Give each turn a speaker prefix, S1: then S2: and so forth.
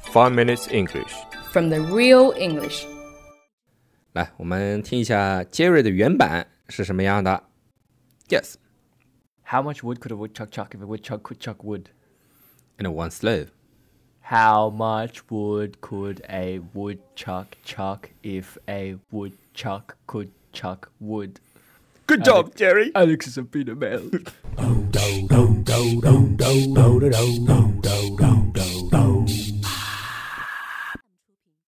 S1: Five Minutes English.
S2: from the real English.
S3: 来，我们听一下 Jerry 的原版是什么样的。Yes,
S4: How much wood could a woodchuck chuck if a woodchuck could chuck wood?
S3: and one slave.
S4: How much wood could a woodchuck chuck if a woodchuck could chuck wood?
S3: Good job, Jerry.
S4: Alex is a peanut man.
S5: do do do do do do do do do